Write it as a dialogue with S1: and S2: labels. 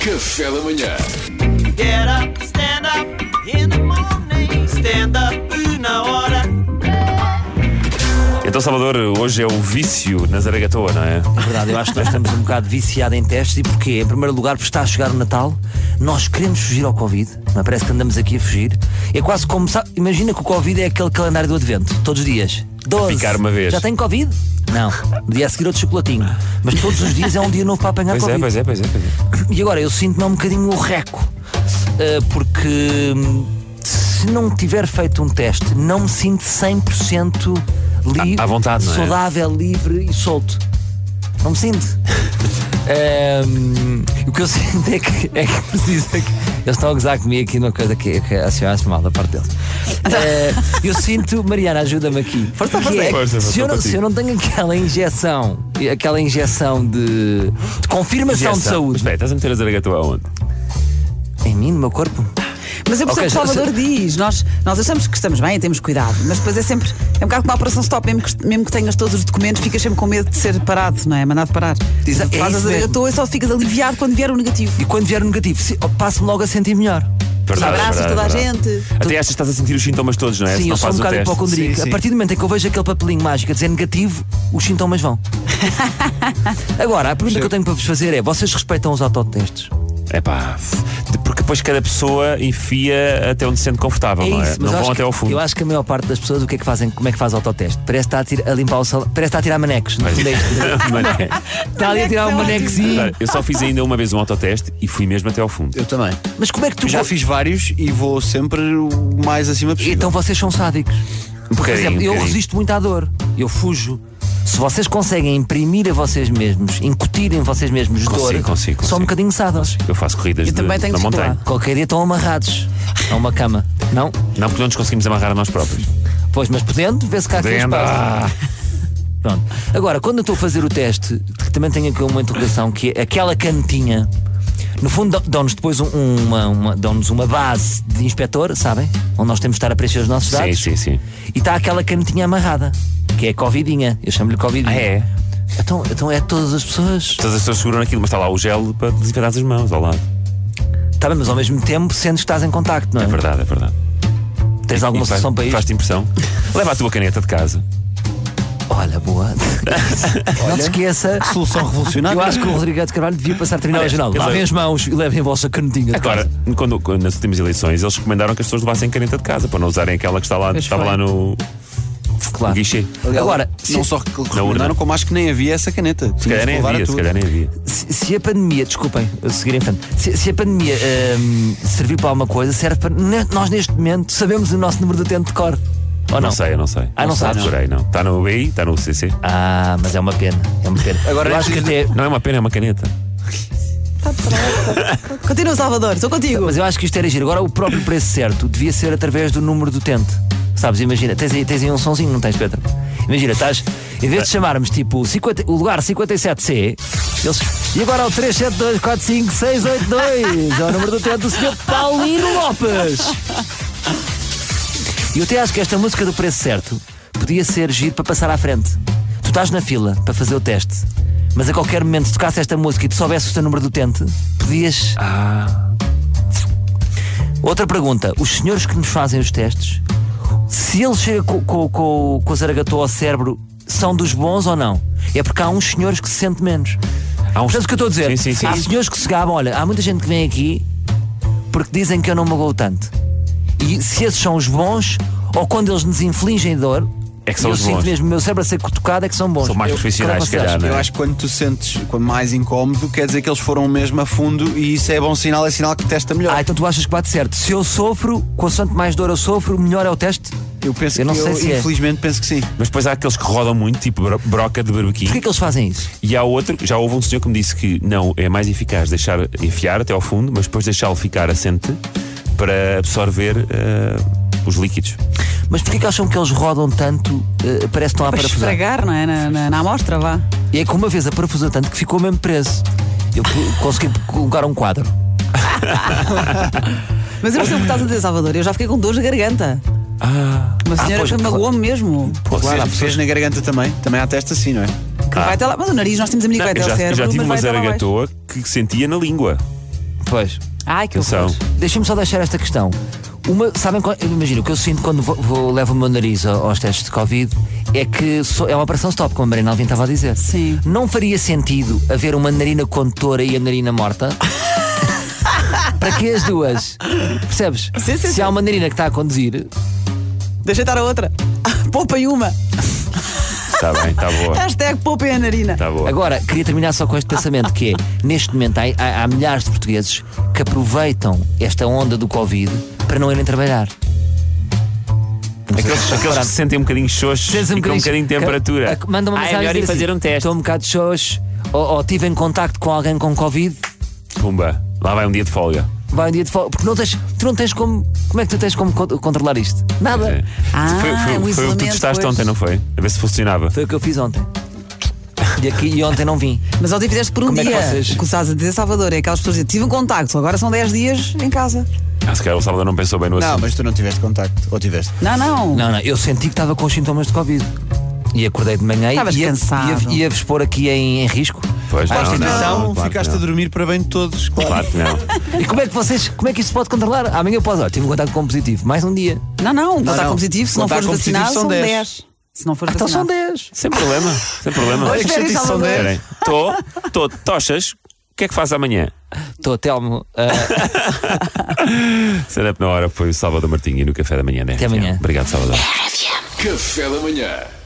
S1: Café da manhã.
S2: Get up, stand up in the morning. Stand up na hora.
S3: Então, Salvador, hoje é o vício na Zaragatoa, não é?
S4: Verdade, eu acho que nós estamos um bocado viciados em testes. E porquê? Em primeiro lugar, porque está a chegar o Natal, nós queremos fugir ao Covid, não é? parece que andamos aqui a fugir. É quase como. sa- Imagina que o Covid é aquele calendário do advento, todos os dias. 12.
S3: picar uma vez.
S4: Já tem Covid? Não. No dia a seguir outro chocolatinho. Mas todos os dias é um dia novo para apanhar
S3: Pois é,
S4: Covid.
S3: pois é, pois é, pois é.
S4: E agora eu sinto-me um bocadinho o reco, eh, porque hum, se não tiver feito um teste, não me sinto 100% livre,
S3: À- à vontade, não é?
S4: saudável, livre e solto. Não me sinto. Hum, o que eu sinto é que, é que precisa que. Eles estão a gozar comigo aqui numa coisa que, que assim, eu acho mal da parte deles. Eh, eu sinto, Mariana, ajuda-me aqui. Força,
S3: força. Força, força,
S4: se, eu não,
S3: contigo.
S4: se eu não tenho aquela injeção, aquela injeção de, de confirmação de
S3: Mas
S4: saúde.
S3: Espera, estás a meter a Zaragatoa aonde?
S4: Em mim, no meu corpo?
S5: Mas eu
S4: Ok,
S5: percebo que o
S4: já-
S5: Salvador diz, nós, nós achamos que estamos bem e temos cuidado, mas depois é sempre, é um bocado como a operação stop, mesmo que, mesmo que tenhas todos os documentos, ficas sempre com medo de ser parado, não é? Mandado parar.
S4: Exa- é
S5: Fazes
S4: isso
S5: a
S4: mesmo.
S5: toa e só ficas aliviado quando vier o negativo.
S4: E quando vier o negativo, se- oh, passo-me logo a sentir melhor.
S3: Verdade,
S5: abraças
S3: verdade,
S5: toda a
S3: verdade.
S5: gente.
S3: Até achas que estás a sentir os sintomas todos, não é? Se
S4: sim,
S3: não
S4: eu sou um
S3: fazes o
S4: bocado
S3: teste.
S4: hipocondríaco. A partir do momento em que eu vejo aquele papelinho mágico a dizer negativo, os sintomas vão. Agora, a pergunta que eu tenho para vos fazer é: vocês respeitam os autotestes?
S3: É pá, porque depois cada pessoa enfia até onde se sente confortável,
S4: É
S3: não é?
S4: isso,
S3: não
S4: mas eu
S3: vão
S4: acho
S3: até
S4: que,
S3: ao fundo.
S4: Eu acho que a maior parte das pessoas, o que é que fazem? Como é que faz autoteste? Parece que está a, tirar, a limpar o sal... Parece que está a tirar manecos. No fundo é isto.
S3: Mano, é.
S4: está ali a tirar um manequezinho.
S3: Repara, Eu só fiz ainda uma vez um autoteste e fui mesmo até ao fundo.
S6: Eu também.
S4: Mas como é que tu.
S6: Eu já fiz vários e vou sempre o mais acima possível.
S4: Então vocês são sádicos.
S3: Um
S4: Por
S3: bocadinho,
S4: exemplo,
S3: um
S4: eu
S3: bocadinho.
S4: resisto muito à dor, eu fujo. Se vocês conseguem imprimir a vocês mesmos, incutirem a vocês mesmos
S3: Consigo,
S4: dor,
S3: consigo,
S4: só
S3: consigo.
S4: um bocadinho sadas.
S3: Eu faço corridas
S5: Eu
S3: de,
S5: também tenho
S3: na
S5: que
S3: montanha.
S5: situar.
S4: Qualquer dia estão amarrados a uma cama. Não?
S3: Não, porque não nos conseguimos amarrar a nós próprios.
S4: Pois, mas podendo, vê-se cá quem
S3: Dentro.
S4: espaço.
S3: Ah,
S4: Pronto. Agora, quando eu estou a fazer o teste, que também tenho aqui uma interrogação, que é aquela cantinha. No fundo, dão- dão-nos depois um- uma, uma, dão-nos uma base de inspetor, sabem? Onde nós temos de estar a preencher os nossos
S3: Sim,
S4: dados.
S3: sim, sim.
S4: E está aquela canetinha amarrada, que é a Covidinha. Eu chamo-lhe Covidinha.
S3: Ah, é?
S4: Então, então é todas as pessoas.
S3: Todas as pessoas seguram aquilo, mas está lá o gel para desinfetar as mãos ao lado.
S4: Tá bem, mas ao mesmo tempo sentes que estás em contacto, não é?
S3: É verdade, é verdade.
S4: Tens alguma
S3: E faz-
S4: solução para isto?
S3: Faz-te impressão? Leva a tua caneta de casa. tipo-
S4: Olha, boa. não se esqueça.
S6: Solução revolucionária.
S4: Eu acho que o Rodrigo de Carvalho devia passar a terminar
S3: Olha,
S4: a jornal.
S3: eu
S4: Lavem
S3: sei.
S4: as mãos e levem a vossa canetinha. de
S3: Agora,
S4: casa.
S3: quando, quando- nas últimas eleições, eles recomendaram que as pessoas levassem caneta de casa para não usarem aquela que está lá,
S5: Pois
S3: estava
S5: foi.
S3: lá no
S4: claro.
S3: um guichê.
S4: Agora,
S6: não
S4: se,
S6: só que recomendaram,
S3: urna.
S6: como acho que nem havia essa caneta.
S3: Se calhar nem havia, se calhar nem havia.
S4: se- se a pandemia, desculpem, eu seguir em frente, se, se a pandemia hum, servir para alguma coisa, serve para. ne- Nós neste momento sabemos o nosso número de utente de cor. Ou
S3: Não,
S4: não?
S3: sei, eu não sei.
S4: Ah, não
S3: sei,
S4: sabes?
S3: Procurei, não. Está no BI, está no CC.
S4: Ah, mas é uma pena. É uma pena. Agora eu acho que até.
S3: Não é uma pena, é uma caneta.
S5: Continua, Salvador, estou contigo.
S4: Mas eu acho que isto era giro. Agora, o próprio preço certo devia ser através do número do utente. Sabes, imagina, tens aí, tens aí um sonzinho, não tens, Pedro? Imagina, estás, em vez de chamarmos tipo 50 o lugar 57C, eles. E agora é o 37245682 é o número do utente do Sr. Paulino Lopes. E eu até acho que esta música do preço certo podia ser giro para passar à frente. Tu estás na fila para fazer o teste, mas a qualquer momento, se tocasse esta música e tu soubesses o teu número do utente, podias. Outra pergunta: os senhores que nos fazem os testes, se ele chega com co, co, com a zaragatou ao cérebro, são dos bons ou não? É porque há uns senhores que se sente menos.
S3: Há uns-
S4: Percebes o que eu estou a dizer?
S3: Sim, sim, sim.
S4: Há senhores que se gabam, olha, há muita gente que vem aqui porque dizem que eu não magoo tanto. E se esses são os bons, ou quando eles nos infligem dor,
S3: É que são
S4: eu
S3: os
S4: sinto
S3: bons.
S4: mesmo o meu cérebro a ser cutucado, é que são bons.
S3: São mais
S4: Eu-
S3: profissionais,
S4: Como é que
S3: se
S4: vocês
S3: calhar,
S4: acham?
S3: não é?
S6: Eu acho que quando tu sentes quando mais incómodo, quer dizer que eles foram mesmo a fundo e isso é bom sinal, é sinal que testa melhor.
S4: Ah, então tu achas que bate certo. Se eu sofro, quanto mais dor eu sofro, melhor é o teste?
S6: eu penso
S4: eu não
S6: que
S4: sei
S6: eu,
S4: se é.
S6: infelizmente, penso que sim.
S3: Mas depois há aqueles que rodam muito, tipo bro- broca de barbequim.
S4: Porquê que eles fazem isso?
S3: E há outro, já houve um senhor que me disse que não, é mais eficaz deixar enfiar até ao fundo, mas depois deixá-lo ficar assente para absorver eh, os líquidos.
S4: Mas porquê que acham que eles rodam tanto? eh, parece que estão a
S5: Para
S4: parafusar.
S5: esfregar, não é? Na, na, na amostra, vá.
S4: E é que uma vez a parafusou tanto que ficou mesmo preso. Eu co- consegui colocar um quadro.
S5: Mas eu percebo o que estás a dizer, Salvador, eu já fiquei com dor de garganta. Uma senhora
S4: pois,
S5: que me
S4: claro.
S5: magoou mesmo.
S3: Pô,
S6: Claro,
S3: vocês-
S6: há pessoas na garganta também. Também há testa assim, não é?
S5: Que vai até lá. Mas o nariz, nós temos a menina que vai
S3: eu já,
S5: até ao
S3: eu
S5: cérebro.
S3: já tive
S5: mas
S3: uma
S5: vai até lá abaixo.
S3: zaragatoa que sentia na língua.
S4: Pois.
S5: Ai, que
S3: Atenção.
S5: horror.
S4: Deixa-me só deixar esta questão. Uma, sabem, qual- imagina, o que eu sinto quando vou, vou- levo o meu nariz ao- aos testes de Covid é que sou- é uma operação stop, como a Marina Alvim estava a dizer.
S5: Sim.
S4: Não faria sentido haver uma narina condutora e a narina morta? Para que as duas? Percebes?
S5: Sim, sim,
S4: Se
S5: sim.
S4: há uma narina que está a conduzir,
S5: Deixa estar a outra. Ah, Poupem uma.
S3: Está Tá bem, está boa.
S5: Hashtag poupem a narina.
S3: Está Tá boa.
S4: Agora, queria terminar só com este pensamento que é, neste momento há, há- há milhares de portugueses que aproveitam esta onda do Covid para não irem trabalhar. Não sei
S3: Aqueles,
S4: se
S3: aqueles que se sentem um bocadinho xoxos
S4: Tens
S3: e com um bocadinho de temperatura.
S4: Ah, Manda uma
S3: Ah, é
S4: mensagem
S3: melhor ir
S4: dizer
S3: fazer
S4: assim,
S3: um teste.
S4: Estou um bocado xoxo ou, ou tive em contacto com alguém com Covid,
S3: Pumba, lá vai um dia de folga.
S4: vai um dia de folga. Porque não tens, tu não tens como. Como é que tu tens como con- controlar isto? Nada.
S3: É.
S5: Ah,
S3: foi foi-
S5: o
S3: foi o que tu
S5: isolamento,
S3: testaste
S5: pois.
S3: ontem, não foi? A ver se funcionava.
S4: Foi o que eu fiz ontem. E, aqui, e ontem não vim.
S5: Mas ontem fizeste por um
S4: Como é que
S5: dia.
S4: vocês-
S5: O que estás a dizer, Salvador, é aquelas pessoas que dizem, tive um contacto, agora são 10 dias em casa.
S3: Ah, se calhar o Salvador não pensou bem no
S6: Não,
S3: assunto.
S6: mas tu não tiveste contacto. Ou tiveste?
S5: Não, não.
S4: Não, não, eu senti que estava com os sintomas de Covid. E acordei de manhã e
S5: Estavas
S4: ia,
S5: cansado.
S4: ia, ia vos pôr aqui em, em risco. tipo,
S3: Pois,
S4: Vais ter
S6: Não, ficaste
S3: claro,
S6: a dormir para bem de todos,
S3: não.
S6: claro.
S3: Claro que não.
S4: E como é que vocês, como é que isto se pode controlar? Amanhã eu posso, olha, tive um contacto com positivo, mais um dia.
S5: Não, não. Contar
S6: não.
S5: com positivo, se não
S6: Contar
S5: fores
S6: com positivo
S5: vacinado,
S6: são
S5: são
S6: 10.
S5: 10. Se não fores
S4: Então são
S5: vacinado.
S4: 10.
S3: Sem problema, sem problema.
S5: Dois férias, Salvador.
S3: Estou, estou, tochas. O que é que faz amanhã?
S4: Estou, Telmo. ah,
S3: Stand-up na hora foi o Salvador Martinho e no Café da Manhã. né? da
S4: Até
S3: RFM.
S4: amanhã.
S3: Obrigado, Salvador.
S1: Café da manhã.